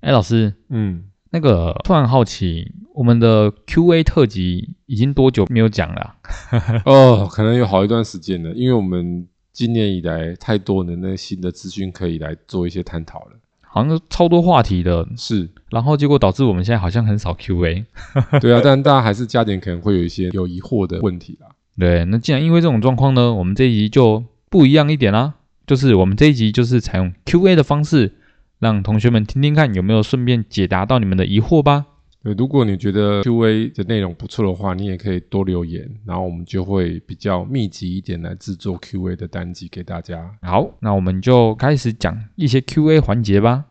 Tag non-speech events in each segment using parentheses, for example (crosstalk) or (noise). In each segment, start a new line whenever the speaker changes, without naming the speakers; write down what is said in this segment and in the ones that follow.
哎，老师，
嗯，
那个突然好奇，我们的 Q&A 特辑已经多久没有讲了啊、
哦，可能有好一段时间了，因为我们今年以来太多的那新的资讯可以来做一些探讨了。
好像超多话题的，
是
然后结果导致我们现在好像很少 Q&A。
对啊，但大家还是加点可能会有一些有疑惑的问题啦。
对，那既然因为这种状况呢，我们这一集就不一样一点啦，就是我们这一集就是采用 Q&A 的方式，让同学们听听看有没有顺便解答到你们的疑惑吧。
对，如果你觉得 Q&A 的内容不错的话，你也可以多留言，然后我们就会比较密集一点来制作 Q&A 的单集给大家。
好，那我们就开始讲一些 Q&A 环节吧。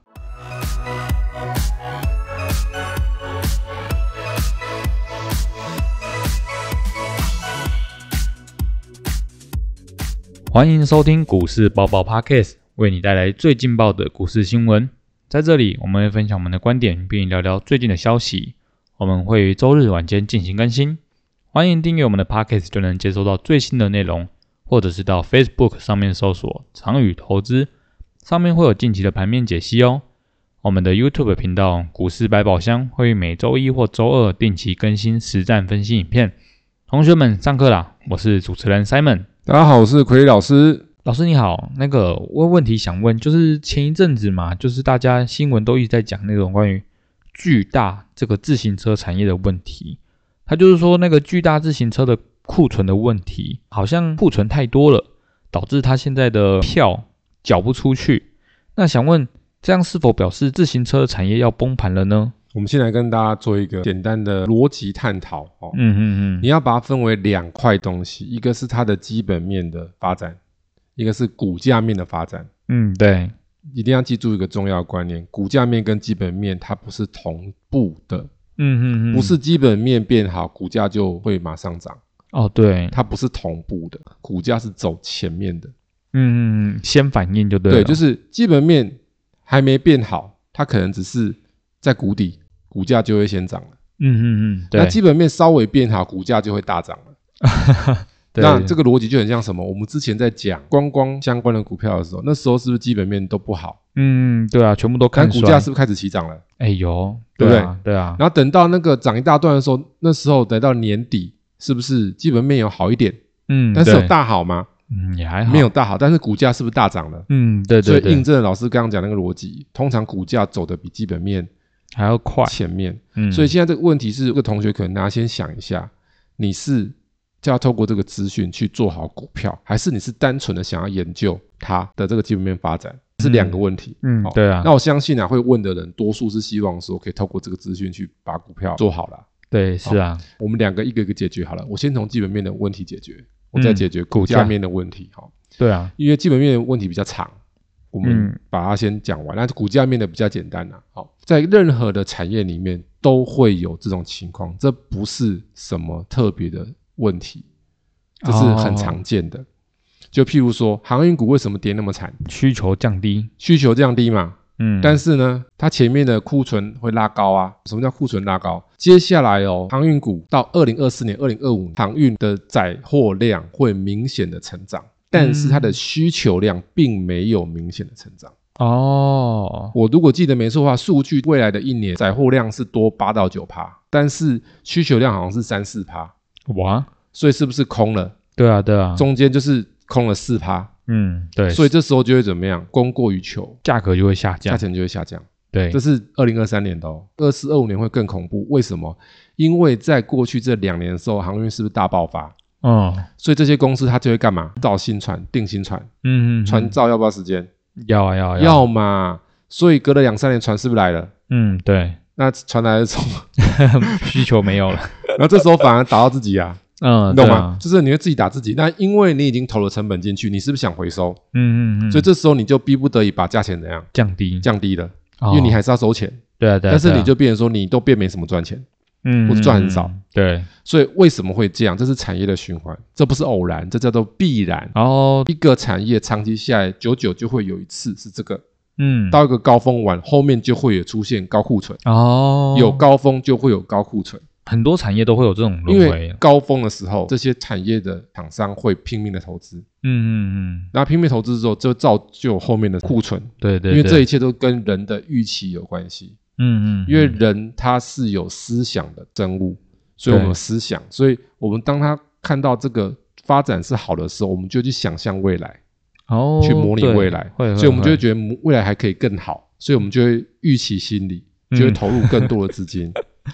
欢迎收听股市爆爆 Podcast，为你带来最劲爆的股市新闻。在这里，我们会分享我们的观点，并聊聊最近的消息。我们会于周日晚间进行更新。欢迎订阅我们的 Podcast，就能接收到最新的内容。或者是到 Facebook 上面搜索“长宇投资”，上面会有近期的盘面解析哦。我们的 YouTube 频道“股市百宝箱”会每周一或周二定期更新实战分析影片。同学们，上课啦！我是主持人 Simon
大家好，我是奎老师。
老师，你好。那个我有问题想问，就是前一阵子嘛，就是大家新闻都一直在讲那种关于巨大这个自行车产业的问题。他就是说，那个巨大自行车的库存的问题，好像库存太多了，导致他现在的票缴不出去。那想问，这样是否表示自行车产业要崩盘了呢？
我们先来跟大家做一个简单的逻辑探讨哦。
嗯嗯
你要把它分为两块东西，一个是它的基本面的发展，一个是股价面的发展。
嗯，对，
一定要记住一个重要观念：股价面跟基本面它不是同步的，
嗯嗯嗯，
不是基本面变好，股价就会马上涨，
哦，对，
它不是同步的，股价是走前面的。
嗯嗯嗯，先反应就对了，
对，就是是基本面还没变好，它可能只是在谷底，股价就会先涨了。
嗯嗯嗯，对，
那基本面稍微变好，股价就会大涨了。
对
那这个逻辑就很像什么？我们之前在讲观光相关的股票的时候，那时候是不是基本面都不好？
嗯，对啊，全部都
看
看
股
衰
价是不是开始起涨了？
哎有，
对不
对啊，对啊，
然后等到那个涨一大段的时候，那时候等到年底，是不是基本面有好一点？
嗯，
但是有
对，
大好吗？
嗯，也还好，
没有，大好，但是股价是不是大涨了？
嗯，对
所
对
以印
对，
证了老师刚刚讲那个逻辑，通常股价走的比基本面
还要快，
前面。
嗯，
所以现在这个问题是，这个同学可能大家先想一下，你是就要透过这个资讯去做好股票，还是你是单纯的想要研究它的这个基本面发展？是两个问题。
嗯
好，
对啊，
那我相信啊，会问的人多数是希望说可以透过这个资讯去把股票做好了。
对是啊，
我们两个一个一个解决好了。我先从基本面的问题解决，我再解决
嗯
股
股
价
价
面的问题。哈，
对啊，
因为基本面的问题比较长，我
嗯
们把它先讲完。那股价面的比较简单啦。好，在任何的产业里面都会有这种情况，这不是什么特别的问题，这是很常见的。就譬如说，航运股为什么跌那么惨？
需求降低，
需求降低嘛，
嗯，
但是呢，它前面的库存会拉高啊。什么叫库存拉高？接下来哦，航运股到二零二四年、二零二五航运的载货量会明显的成长，但是它的需求量并没有明显的成长。
哦，
我如果记得没错的话，数据未来的一年载货量是多八到九趴，但是需求量好像是三四趴，
哇，
所以是不是空了？
对啊，对啊，
中间就是空了四趴，
嗯，对，
所
以
以这时候就会怎么样？供过于求，
价格就会下
价
降，
钱就会下降。
对
这，是二零二三年的哦，二四二五年会更恐怖。为什么？因为在过去这两年的时候，航运是不是大爆发？
嗯
所以这些公司它就会干嘛？造新船、定新船，
嗯嗯，
船造要不要时间？
要啊要啊，
要嘛。所以隔了两三年，船是不是来了？
嗯，对，
那船来的时候， (laughs)
需求没有了，
然后这时候反而打到自己啊，
嗯，
你懂
对
吗？
啊？
就是你会自己打自己。那因为你已经投了成本进去，你是不是想回收？
嗯嗯嗯，
所以这时候你就逼不得已把价钱怎样
降低，
降低了，
哦
因为你还是要收钱。
对啊对啊，
但是
对啊
你就变成说你都变没什么赚钱。
嗯
或者赚很少，
嗯嗯对，
所以为什么会这样？这是产业的循环，这不是偶然，这叫做必然。
然后
一个产业长期下来，久久就会有一次是这个，
嗯，
到一个高峰完，后面就会有出现高库存，
哦，
有高峰就会有高库存，
很多产业都会有这种
因
轮
为
回，
高峰的时候，这些产业的厂商会拼命的投资，
嗯嗯嗯，
那拼命投资之后，就造就后面的库存，
对对，
因为
对
这一切都跟人的预期有关系。
嗯嗯，
因为人他是有思想的生物，所以我们有思想，所以我们当他看到这个发展是好的时候，我们就去想象未来，
哦，
去模拟
对
未来，
会，
所以我们就会
会
觉得未来还可以更好，所以我们就会预期心理，就会
嗯
投入更多的
(laughs)
资金。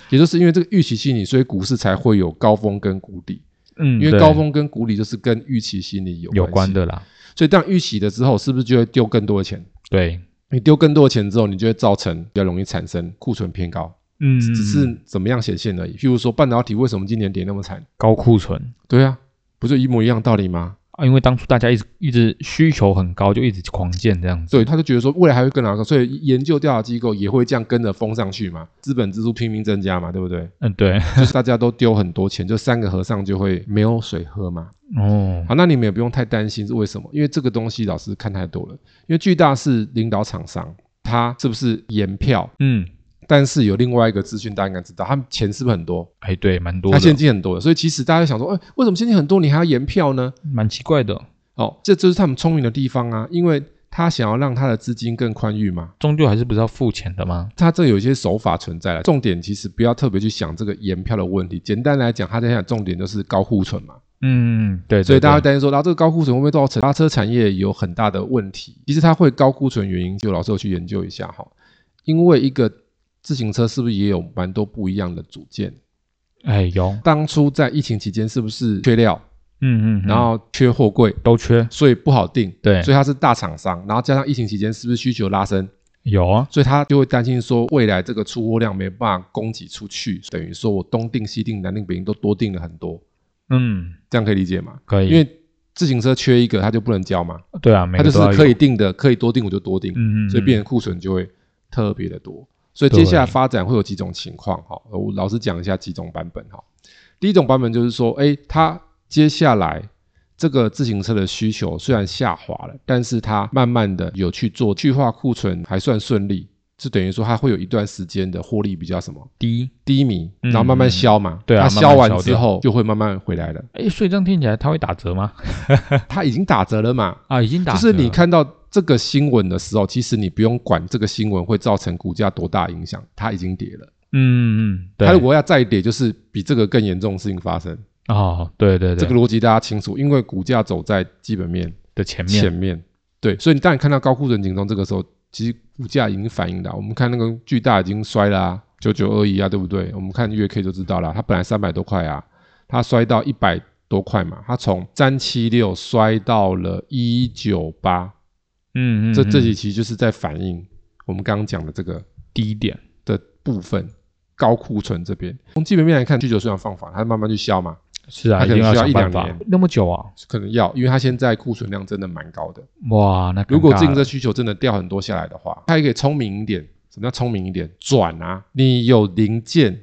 也就是因为这个预期心理，所以股市才会有高峰跟谷底。
嗯，
因为
对
高峰跟谷底就是跟预期心理有
有
关
关
系，
的啦，
所以当预期的之后，是不是就会丢更多的钱？
对，
你丢更多的钱之后，你就会造成比较容易产生库存偏高，
嗯，
只
嗯
是怎么样显现而已。譬如说半导体为什么今年跌那么惨？
高库存
对啊，不就一模一样道理吗？
啊，因为当初大家一直一直需求很高，就一直狂建这样子，
所以他就觉得说未来还会更好，所以研究调查机构也会这样跟着封上去嘛，资本支出拼命增加嘛，对
(laughs)
不对？
嗯，对，
就是大家都丢很多钱，就三个和尚就会没有水喝嘛。
哦，
好，那你们也不用太担心是为什么，因为这个东西老师看太多了。因为巨大是领导厂商，他是不是延票？
嗯，
但是有另外一个资讯，大家应该知道，他们钱是不是很多？
哎，对，蛮多
他现
的，
金很多的，所以其实大家想说，哎、为什么现金很多你还要延票呢？
蛮奇怪的，
哦，这就是他们聪明的地方啊，因为他想要让他的资金更宽裕嘛。
终究还是不是要付钱的嘛，
他这有一些手法存在了，重点其实不要特别去想这个延票的问题。简单来讲，他在想重点就是高库存嘛。
嗯，对，对
所以大家会
对
担心说，然啊后这个高库存会不会造成拉车产业有很大的问题？其实它会高库存原因，就老师有去研究一下哈。因为一个自行车是不是也有蛮多不一样的组件？
哎有，
当初在疫情期间是不是缺料，
嗯嗯，
然后缺货柜，
都缺，
所以不好定？
对，
所以它是大厂商，然后加上疫情期间是不是需求拉升，
有啊，
所以他就会担心说未来这个出货量没办法供给出去，等于说我东定西定南定北定都多定了很多，
嗯，
这样可以理解吗？
可以，
因为自行车缺一个，它就不能交嘛。
对啊，每
它
个
就是
都要
可
有，
以定的，可以多定我就多定，
嗯嗯，
所以
嗯
变成库存就会特别的多。所以接下来发展会有几种情况哈，呃我老实讲一下几种版本哈。第一种版本就是说，哎，它接下来这个自行车的需求虽然下滑了，但是它慢慢的有去做去化库存，还算顺利，就等于说它会有一段时间的获利比较什么
低，
低迷，
嗯
然后慢慢消嘛，
对啊
它消
慢
完
慢消
之后就会慢慢回来了，
哎，所以这样听起来它会打折吗？
它已经打折了嘛，
啊，已经打
就
折，
是你，看到这个新闻的时候，其实你不用管这个新闻会造成股价多大影响，它已经跌了。
嗯嗯，对
它如，果要再跌，就是比这个更严重的事情发生。
哦，对对
这
对
个，逻辑大家清楚，因为股价走在基本面
的前面
前面，对，所以你当你看到高库存紧张这个时候，其实股价已经反映了啊。我们看那个巨大已经摔啦、九九二一啊，对不对？我们看月 K 就知道啦，它本来三百多块啊，它摔到一百多块嘛，它从三七六摔到了一九八。
嗯嗯，
这这
嗯
几期就是在反映我们刚刚讲的这个
低点，
的部分高库存这边。从基本面来看，需求虽然放缓，它慢慢去消嘛，
是啊，
它
一
可
定
能需要
想
一
办
两
法
年
那么久啊，
可能要，因为它现在库存量真的蛮高的。
哇，那
如
尴
果
尬
自行
了
车需求真的掉很多下来的话，它也可以聪明一点。什么叫聪明一点？转啊，你有零件，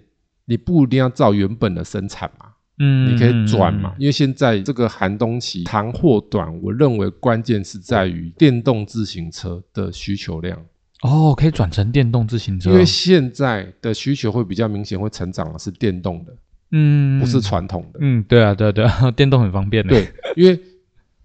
你不一定要照原本的生产嘛，
嗯，
你可以转嘛
嗯，。
因为现在这个寒冬期长或短，我认为关键是在于电动自行车的需求量。
嗯嗯哦，可以转成电动自行车，
因为现在的需求会比较明显，会成长的是电动的，
嗯，
不是传统的。
嗯，对啊，对啊，对 (laughs) 啊，电动很方便的。
对，因为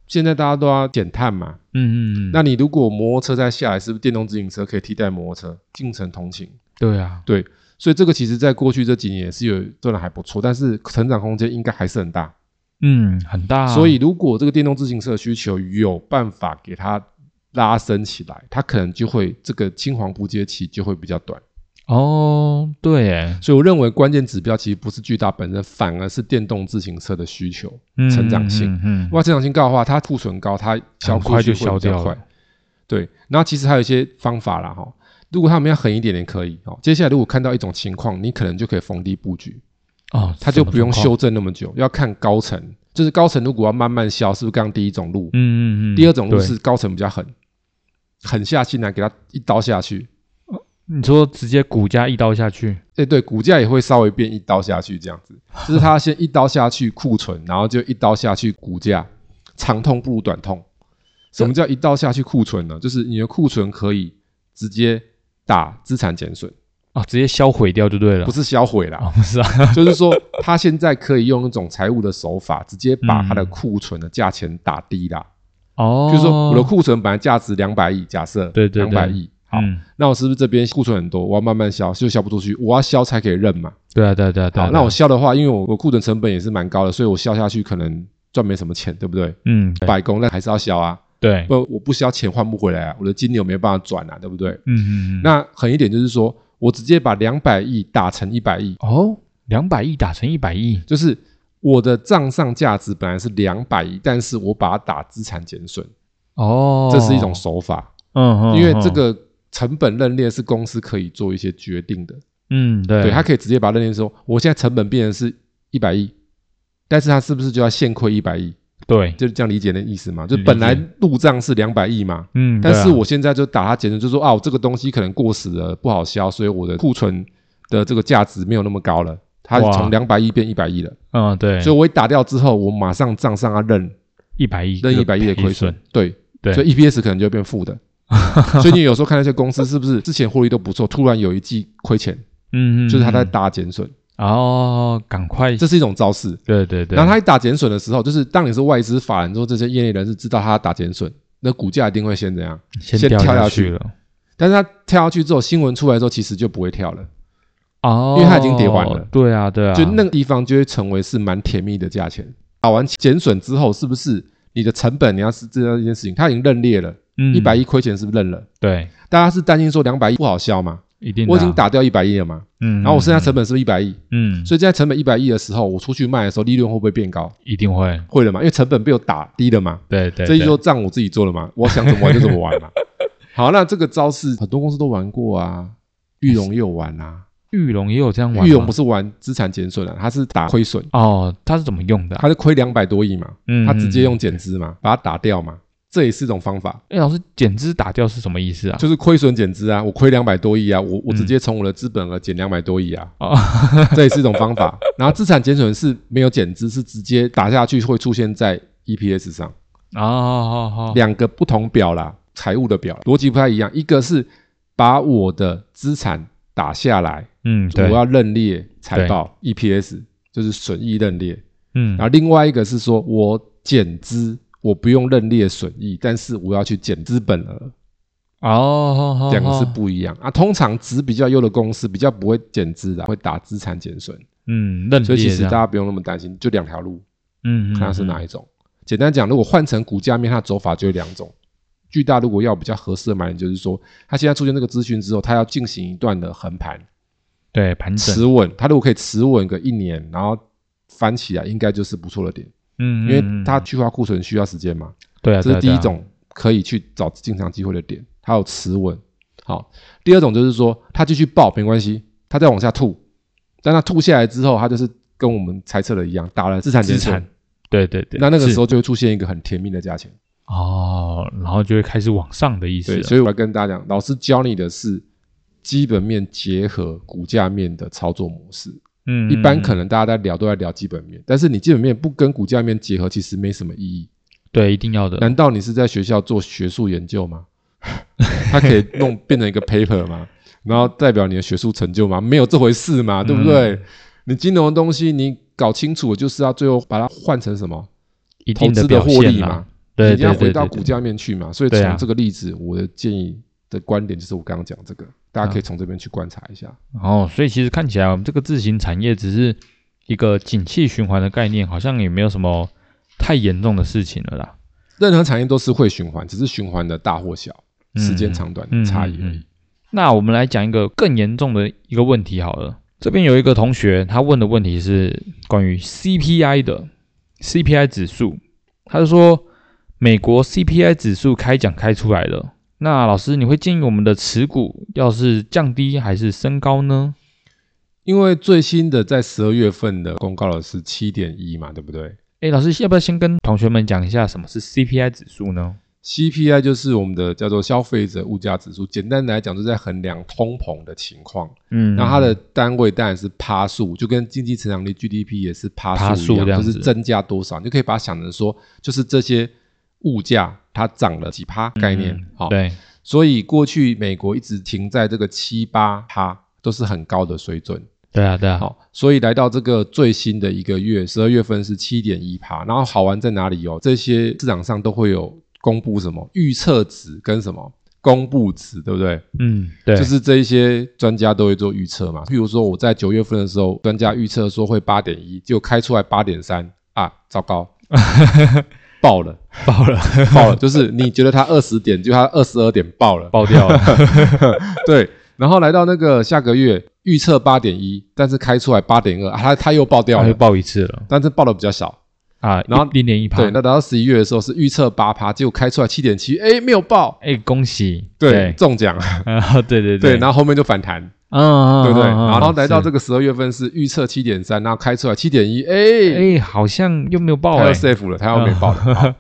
现在大家都要减碳嘛，
嗯，嗯嗯，
那你如果摩托车再下来，是不是电动自行车可以替代摩托车，进程同行？
对啊，
对，所以这个其实在过去这几年也是有做的还不错，但是成长空间应该还是很大。
嗯，很大啊，
所以如果这个电动自行车的需求有办法给它拉升起来，它可能就会这个青黄不接期就会比较短。
哦，对耶，
所以我认为关键指标其实不是巨大本身，反而是电动自行车的需求。
嗯
成长性，
嗯，嗯嗯
哇，成长性高的话，它库存高，它消
很
出
快就
去会比
消
较
掉
快
了。。
对，然后其实还有一些方法啦哈、如果他们要狠一点点可以哦。接下来如果看到一种情况，你可能就可以逢低布局，
哦，
它就
什么
不用
状况，
修正那么久，要看高层，就是高层如果要慢慢消，是不是刚刚第一种路？
嗯嗯嗯，
第二种路
对
是高层比较狠，狠下心来给它一刀下去。
你说直接股价一刀下去，
哎，对，股价也会稍微变一刀下去，这样子，就是它先一刀下去库存，然后就一刀下去股价，长痛不如短痛。什么叫一刀下去库存呢？就是你的库存可以直接打资产减损，
哦，直接销毁掉就对了
不，是销毁啦，
(laughs) 哦，不是啊，
就是说它现在可以用一种财务的手法，直接把它的
嗯
库存的价钱打低啦。
哦， (laughs)
就是说我的库存本来价值两百亿，假设
对对对
两百亿，好，
嗯
那我是不是这边库存很多，我要慢慢销，就销不出去，我要销才可以认嘛。
对啊，对啊，对啊，对啊。
好，那我销的话，因为我我库存成本也是蛮高的，所以我销下去可能赚没什么钱，对不对？
嗯，对
白工那还是要销啊，
对，
不我不销钱换不回来啊，我的金流没办法转啊，对不对？
嗯嗯嗯。
那狠一点就是说我直接把两百亿打成一百亿，
哦，两百亿打成一百亿，
就是我的账上价值本来是两百亿，但是我把它打资产减损，
哦，
这是一种手法，
嗯，嗯，
因为这
嗯，
个成本认列是公司可以做一些决定的，
嗯，对，
对，它可以直接把认列说，我现在成本变成是一百亿，但是它是不是就要现亏一百亿？
对，
就是这样理解的意思嘛？就
理解
本来入账是两百亿嘛，
嗯，
但
对啊
是我现在就打它减损，就说啊，我这个东西可能过时了，不好销，所以我的库存的这个价值没有那么高了，它
哇
从两百亿变一百亿了。
嗯，对，
所以我一打掉之后，我马上账上要啊认
一百亿，
认一百亿的亏损，，对，
对
所以 EPS 可能就会变
(laughs)
负的。所以你有时候看那些公司是不是之前获利都不错，突然有一季亏钱，
嗯，嗯
就是它在
嗯
打减损，
哦，赶快，
这是一种招式。
对对对，
然后它一打减损的时候，就是当你是外资法人之后，这些业内人士知道它打减损，那股价一定会先怎样？
先
先
掉
跳
下
下
去
去
了，
但是它跳下去之后，新闻出来之后，其实就不会跳了，
哦，
因为它已经跌完了
对啊，对啊，
就那个地方就会成为是蛮甜蜜的价钱。打完减损之后，是不是你的成本你要是知道一件事情，它已经认列了，一百
亿，
亿亏钱是不是认了？
嗯对，
大家是担心说两百亿不好销嘛？
一定的啊，
我已经打掉一百亿了嘛，
嗯，嗯，
然后我剩下
嗯
成本是不是一百亿？
嗯，
所以现在成本一百亿的时候，我出去卖的时候，利润会不会变高？
一定会，
会了嘛？因为成本被我打低了嘛，
对对，
这
对
一桌账我自己做了嘛，我想怎么玩就怎么
(laughs)
玩嘛。好，那这个招式很多公司都玩过啊，玉龙也有玩啊，
玉龙也有这样玩吗，
玉龙不是玩资产减损啊，它是打亏损，
哦，它是怎么用的啊？
它是亏两百多亿嘛，
嗯
它直接用减资嘛，把它打掉嘛，这也是一种方法，
哎，老师，减资打掉是什么意思啊？
就是亏损减资啊，我亏两百多亿啊，我我
嗯
直接从我的资本额减两百多亿啊，
哦， (laughs)
这也是一种方法。然后资产减损是没有减资，是直接打下去会出现在 EPS 上，
哦，好好，
两个不同表啦，财务的表逻辑不太一样，一个是把我的资产打下来，
嗯，
我
对，
要认列财报 EPS，就是损益认列。
嗯
然，后另外一个是说我减资，我不用认列损益，但是我要去减资本额，
哦，好
两个是，
好好
不一样啊。通常值比较优的公司比较不会减资的，会打资产减损，
嗯，认
所以其
列
实
这
大
样
家不用那么担心，就两条路，
嗯，
看它是
一
哪一种。简单讲，如果换成股价面，它的走法就有两种。巨大如果要比较合适的买点，就是说，它现在出现这个资讯之后，它要进行一段的横盘
嗯对盘整，
持稳，它如果可以持稳个一年，然后翻起来，应该就是不错的点，
嗯，
因为
嗯嗯
它去化库存需要时间嘛。
对啊，
这
对
是
啊
第
对
一
啊
种可以去找进场机会的点，还有持稳。好，第二种就是说它继续爆没关系，它再往下吐，但它吐下来之后，它就是跟我们猜测的一样，打了资产减
资
损
产，对对对，
那那个
是
时候就会出现一个很甜蜜的价钱。
哦，然后就会开始往上的意思
对，
了，
所以我来跟大家讲，老师教你的是基本面结合股价面的操作模式。
嗯，
一般可
能
能大家在聊都在聊基本面，但是你基本面不跟股价面结合，其实没什么意义。
对一定要的，
难道你是在学校做学术研究吗？ (laughs) 它可以弄变成一个 paper 吗？然后代表你的学术成就吗？没有这回事嘛，
嗯
对不对？你金融的东西你搞清楚，就是要最后把它换成什么
一
投
定
资的
表
获利
现
嘛
啦，，对，
你一定要
对
回到股，
对对对
价面去嘛。所以
对啊
从这个例子，我的建议的观点就是我刚刚讲这个，大家可以从这边去观察一下。
对哦，所以其实看起来我们这个自行产业只是一个景气循环的概念，好像也没有什么太严重的事情了啦，
任何产业都是会循环，只是循环的大或小、
嗯
时间长短的差异而
嗯嗯
已
嗯。那我们来讲一个更严重的一个问题好了。这边有一个同学，他问的问题是关于 CPI 的 CPI 指数，他是说美国 CPI 指数开奖开出来了，那老师你会建议我们的持股要是降低还是升高呢？
因为最新的在十二月份的公告的是七点一嘛，对不对？
诶，老师要不要先跟同学们讲一下什么是 CPI 指数呢？
CPI 就是我们的叫做消费者物价指数，简单来讲就是在衡量通膨的情况。
嗯
那它的单位当然是趴数，就跟经济成长率 GDP 也是趴数一
趴数
样，
这样
就
子
是增加多少，你就可以把它想成说，就是这些物价它涨了几趴概念。
嗯
好、
对，
所以过去美国一直停在这个七八趴，都是很高的水准。
对啊，对啊，
好，所以来到这个最新的一个月，十二月份是七点一趴。然后好玩在哪里哦？这些市场上都会有公布什么预测值跟什么公布值，对不对？
嗯，对，
就是这一些专家都会做预测嘛。譬如说我在九月份的时候，专家预测说会八点一，结果开出来八点三啊，糟
(laughs)
糕，爆了，
爆了，
(laughs) 爆了，就是你觉得它二十点，就它二十二点爆了，
爆 (laughs) 掉了。
对。然后来到那个下个月预测八点一，但是开出来八点二，啊，它它又爆掉
它
了
就，爆一次了
但是爆的比较少。
啊，
然后
零点一趴，
对，那等到十一月的时候是预测八趴，结果开出来七点七，哎，没有爆，
哎，恭喜，
对，，
(laughs)
中奖，
啊，对对
对，然后后面就反弹，
嗯嗯，
对不对？
嗯
然后来到这
个，
个十二月份是预测七点三，然后开出来七点一，
是
哎，
哎，好像又没有爆
它
哎
又，safe 了，它又没爆了。
嗯
好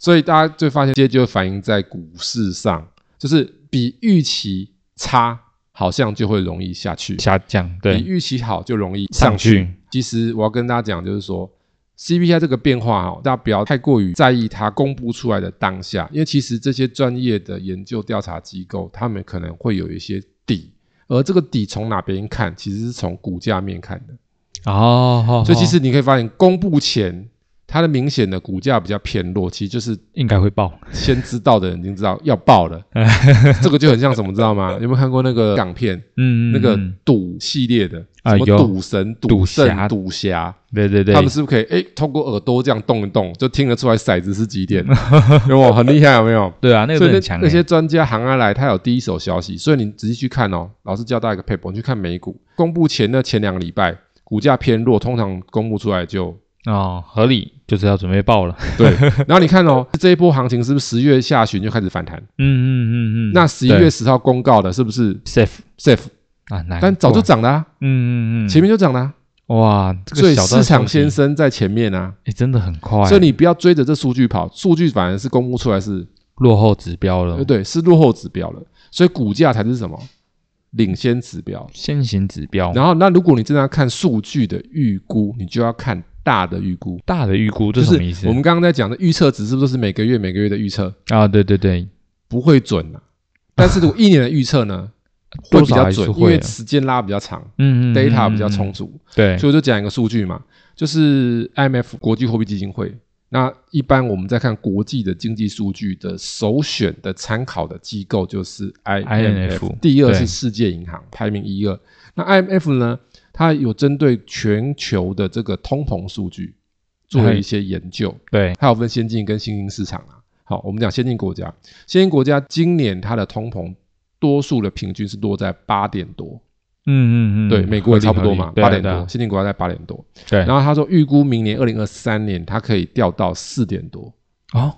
所以大家就发现，这些就会反映在股市上，就是比预期差，好像就会容易下去；
下降，
比
对，
预期好就容易
上
上
去
去。其实我要跟大家讲，就是说 CPI 这个变化哦，大家不要太过于在意它公布出来的当下，因为其实这些专业的研究调查机构，他们可能会有一些底，而这个底从哪边看，其实是从股价面看的。
哦，哦
所以其
哦
实你可以发现，公布前它的明显的股价比较偏弱，其实就是
应该会爆，
先知道的人已经知道要爆
(laughs)
了。这个就很像什么，知道吗？有没有看过那个港片？
嗯，嗯
那个
嗯
赌系列的，
啊
什么
有
赌神、
赌
赌圣
侠、
赌侠，
对对对，
他们是不是可以诶通过耳朵这样动一动，就听得出来骰子是
(laughs)
几点？有没有很厉害？有没有？
对啊，那个
所
真
以
的很
那
强欸，
那些专家行啊来，他有第一手消息，所以你仔细去看哦。老师教大家一个 paper，你去看美股公布前的前两个礼拜，股价偏弱，通常公布出
(laughs)
来就
哦，合理就是要准备爆了，
对。然后你看哦，这一波行情是不是十月下旬就开始反弹？
嗯嗯嗯嗯，
那十一
对
月十号公告的，是不是
safe
safe？
啊，难怪，
但早就涨了、啊，
嗯嗯嗯，
前面就涨了、啊，
哇，这
所
个
以
小道
市场
消息
先生在前面啊。
哎，真的很快，
所以你不要追着这数据跑，数据反而是公布出来是
落后指标了
呃，，对，是落后指标了，所以股价才是什么领先指标。
先行指标，
然后，那如果你真的要看数据的预估，你就要看大的预估，
大的预估这
就是是
什么意思
我？们刚刚在讲的预测值是不是每个月每个月的预测
啊，对对对，
不会准啊？但是如果一年的预测呢，会
(laughs) 多
比
少
较
还是
准，
会
因为
啊
时间拉比较长
嗯嗯
，data 比较，
嗯嗯
充足。
嗯对，
所以我就讲一个数据嘛，就是 IMF 国际货币基金会。那一般我们在看国际的经济数据的首选的参考的机构就是
IMF
第二
对
是世界银行，排名一二。那 IMF 呢，它有针对全球的这个通膨数据做了一些研究，
对，
它有分先进跟新兴市场啊。好，我们讲先进国家，先进国家今年它的通膨多数的平均是落在八点多，
嗯嗯嗯，
对，美国也差不多嘛
合，理
八
合理
点
对啊
多，先进国家在八点多。
对啊，
然后他说，预估明年二零二三年它可以掉到四点多，
对，哦，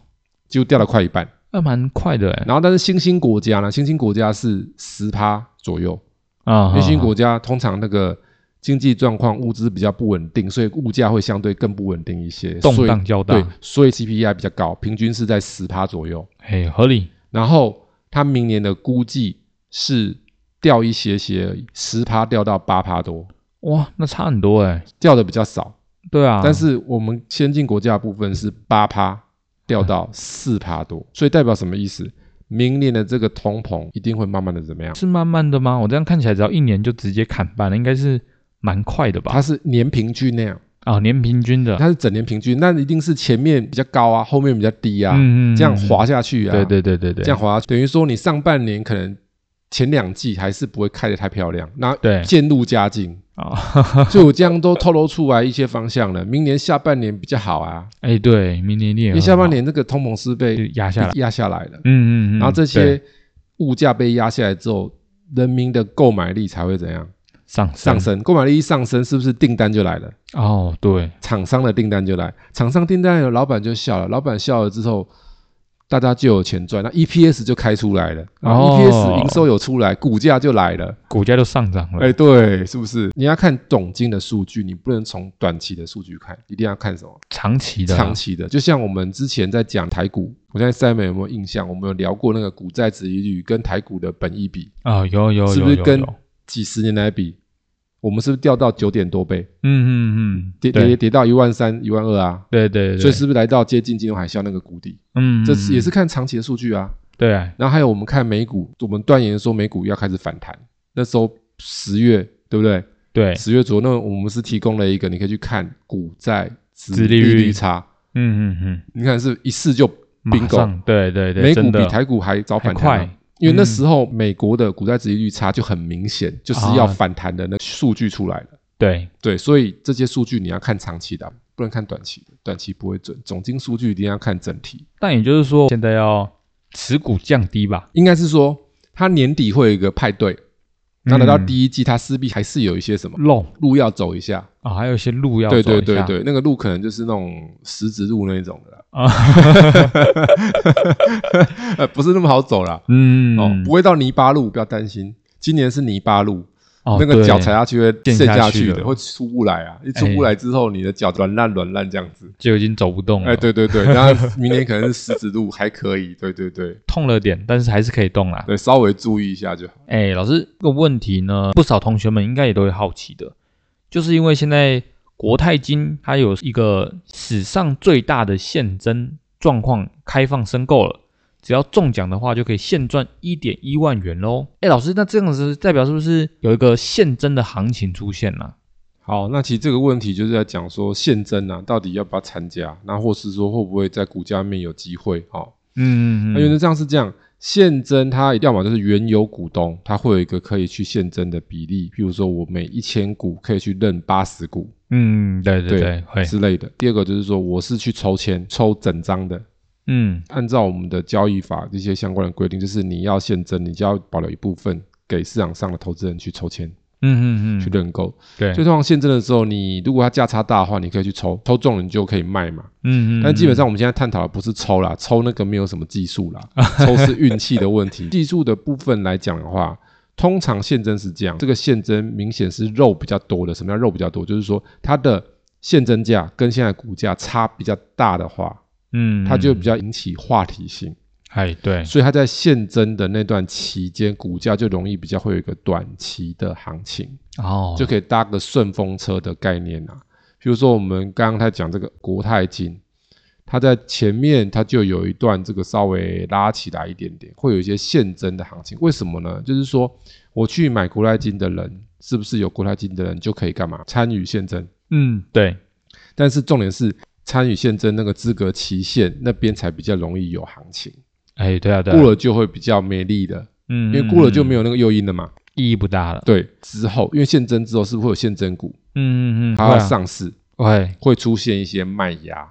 几乎掉了快一半。
那蛮快的哎，
然后，但是新兴国家呢？新兴国家是十趴左右。
啊，
因为新兴
啊
国家通常那个经济状况、物资比较不稳定，所以物价会相对更不稳定一些，
动
所以
荡较大
对，，所以 CPI 比较高，平均是在十趴左右。
嘿，合理，
然后它明年的估计是掉一些些而已，十趴掉到八趴多，
哇，那差很多哎，
掉的比较少。
对啊，
但是我们先进国家的部分是八趴掉
嗯
到四趴多，所以代表什么意思？明年的这个通膨一定会慢慢的怎么样？
是慢慢的吗？我这样看起来，只要一年就直接砍半了，应该是蛮快的吧？
它是年平均那样，
啊，年平均的，
它是整年平均，那一定是前面比较高啊，后面比较低啊，
嗯
这样滑下去啊，
对对对对对，
这样滑下去，等于说你上半年可能前两季还是不会开得太漂亮，那
对
渐入
(laughs)
佳境，
啊，
所以我这样都透露出来一些方向了。明年下半年比较好
(laughs)
啊，
哎，对，明年你也
因
很
为下半
好
年这个通膨是
就
被
压下来，
压下来了。
嗯嗯嗯，
然后这
对
些物价被压下来之后，人民的购买力才会怎样
上
上升？购买力一上升，是不是订单就来了？
哦，对，
厂商的订单就来，厂商订单有老板就笑了，老板笑了之后，大家就有钱赚，那 EPS 就开出来了，然后
哦
EPS 营收有出来，股价就来了。
股价就上涨了，
哎，对，是不是？你要看总经的数据，你不能从短期的数据看，一定要看什么？
长期的啊，
长期的，就像我们之前在讲台股，我现在赛美有没有印象？我们有聊过那个股债值利率跟台股的本益比，
啊，有有有，
是不是
有
跟
有
几十年来比，我们是不是掉到九点多倍，
嗯嗯嗯，
跌
对
跌跌到一万三、一万二啊？
对对，对
所以是不是来到接近金融海啸那个谷底？
嗯，
这
嗯
是也是看长期的数据啊。
对啊，
然后还有我们看美股，我们断言说美股要开始反弹，那时候十月对不对？
对，
十月左右，那我们是提供了一个，你可以去看股债
殖
殖
利
利
率
率差，
嗯嗯嗯，
你看是一次就
马
bingo，
上，对对对，
美
真
股
的
比台股还早
很
反弹啊、
快，嗯
因为那时候美国的股债殖利率差就很明显，就是
啊
要反弹的那数据出来了。
对，
对，所以这些数据你要看长期的啊，不能看短期的，短期不会准。总经数据一定要看整体。
但也就是说，现在要持股降低吧？
应该是说，它年底会有一个派对，那来到
嗯
第一季，它势必还是有一些什么
漏
路要走一下。
啊，还有一些路要
对
走
对
一
对
下
对，那个路可能就是那种石子路那一种的啦，
啊，
呃，不是那么好走啦。
嗯，
哦，不会到泥巴路，不要担心。今年是泥巴路，
哦
那个
对
脚踩啊下去会
陷
陷
下
下
去哎
去
了
的，会出不来啊！一出不来之后，你的脚软烂软烂这样子。
就已经走不动了，
哎，，对对对，然后明年可能是十字路，还可以，对对对
痛了点，但是还是可以动啦。
对，稍微注意一下就好。
哎、老师，这个问题呢，不少同学们应该也都会好奇的，就是因为现在国泰金它有一个史上最大的现增状况开放申购了，只要中奖的话就可以现赚一点一万元喽。哎、老师，那这样子代表是不是有一个现增的行情出现啊了、
好，那其实这个问题就是在讲说现增啊，到底要不要参加？那或是说会不会在股价面有机会？哦，
嗯
那原则上是这样，现增它要么就是原有股东，它会有一个可以去现增的比例，譬如说我每一千股可以去认八十股，
嗯，对对对，会，
之类的。第二个就是说，我是去抽签抽整张的，
嗯
按照我们的交易法这些相关的规定，就是你要现增，你就要保留一部分给市场上的投资人去抽签、
嗯嗯
去
嗯，
认购。
对，
所以通常现增的时候，你如果它价差大的话，你可以去抽，抽中了你就可以卖嘛。
嗯嗯，
但基本上我们现在探讨的不是抽啦，抽那个没有什么技术
(laughs)
啦，抽是运气的问题。 (laughs) 技术的部分来讲的话，通常现增是这样，这个现增明显是肉比较多的。什么叫肉比较多？就是说它的现增价跟现在股价差比较大的话，
嗯，嗯
它就比，较引起话题性，
哎，对，
所以它在现增的那段期间，股价就容易比较会有一个短期的行情。
哦，
就可以搭个顺风车的概念啊。比如说我们刚刚在讲这个国泰金，它在前面它就有一段这个稍微拉起来一点点，会有一些现增的行情。为什么呢？就是说我去买国泰金的人，是不是有国泰金的人就可以干嘛参与现增？
嗯，对，
但是重点是参与现增那个资格期限那边才比较容易有行情，
哎，对啊，对啊，
过了就会比较没力的，
嗯，
因
嗯，
为过了就
嗯
没有那个诱因了嘛。
意义不大了。
对，之后因为现增之后是不是会有现增股，
嗯嗯嗯，
它
会
要
啊，
上市？
会
会出现一些卖压。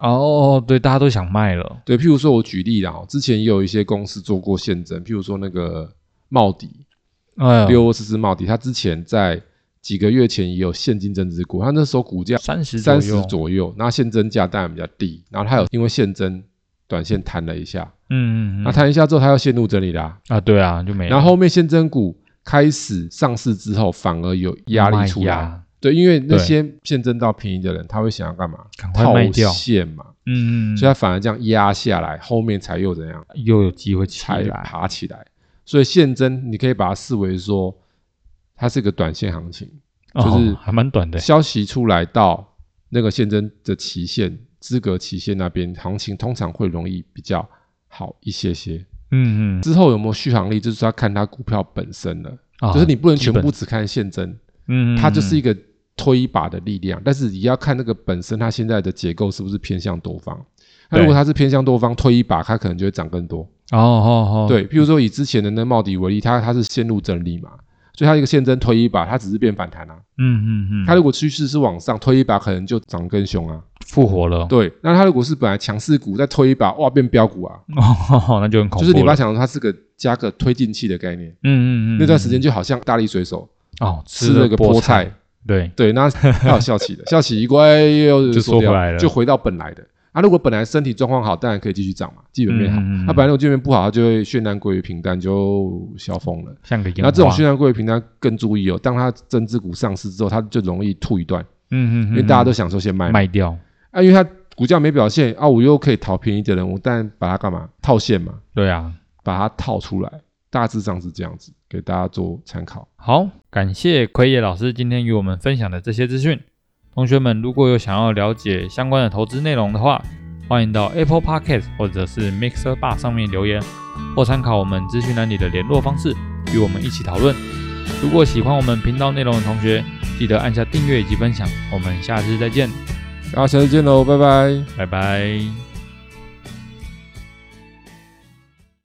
哦，对，大家都想卖了。
对，譬如说我举例啦，哦之前也有一些公司做过现增，譬如说那个茂迪
哎呦，
六二四四茂迪，它之前在几个月前也有现金增值股，它那时候股价
三十
三十
左右，
左右，那现增价当然比较低，然后它有因为现增短线弹了一下，
嗯嗯嗯，
那弹一下之后它又陷入整理啦，
啊，对啊，就没了。
然后后面现增股开始上市之后，反而有压力出
卖
来。
压，
对，因为那
对
些现增到便宜的人，他会想要干嘛？
赶快
套
卖掉。
现嘛，
嗯嗯，嗯
所以它反而这样压下来，后面才又怎样，
又有机会起
才
来。
爬起来。所以现增你可以把它视为说，它是一个短线行情，
哦
就是
还蛮短的。
消息出来到那个现增的期限、资格期限那边，行情通常会容易比较好一些些。
嗯嗯，
之后有没有续航力，就是要看它股票本身了，
啊
就是你不能全
基
部
本
只看现增，
嗯，嗯
它就是
嗯
一个推一把的力量，但是也要看那个本身它现在的结构是不是偏向多方。那如
对
果它是偏向多方，推一把，它可能就会涨更多。
哦哦哦，
对，譬如说以之前的那茂迪为例，它它是陷入整理嘛，所以它一个现增推一把，它只是变反弹啊。
嗯，嗯嗯哦
它
嗯，
如果趋势是往上，推一把可能就涨更凶啊。
复活了。
对，那它如果是本来强势股再推一把，哇，变标股啊，
哦，那就很恐
就
怖
是
了。
你把它想成它是个加个推进器的概念。
嗯嗯嗯，
那段时
嗯
间就好像大力水手
哦
吃
了
了个菠菜，，
对，(laughs)
对，那还有笑起的，笑起一乖又
就
缩
缩回
掉
来了
就回到本来的。啊，如果本来身体状况好，当然可以继续涨嘛，基本面好。那、
嗯嗯嗯
本来如果基本面不好，它就会绚烂归于平淡，就消风了。
像个烟花。
那这种渲染贵平台更注意哦，当它增资股上市之后，它就容易吐一段，
嗯嗯嗯，
因为大家
都
都想说先卖嘛，
卖掉。
啊，因为它股价没表现啊，我又可以讨便宜的人，我当然把它干嘛套现嘛，
对啊，
把它套出来，大致上是这样子，给大家做参考。
好，感谢奎野老师今天与我们分享的这些资讯。同学们，如果有想要了解相关的投资内容的话，欢迎到 Apple Podcast 或者是 Mixer Bar 上面留言，或参考我们资讯栏里的联络方式，与我们一起讨论。如果喜欢我们频道内容的同学，记得按下订阅以及分享。我们下次再见，
然后下次见喽，拜拜。
拜拜。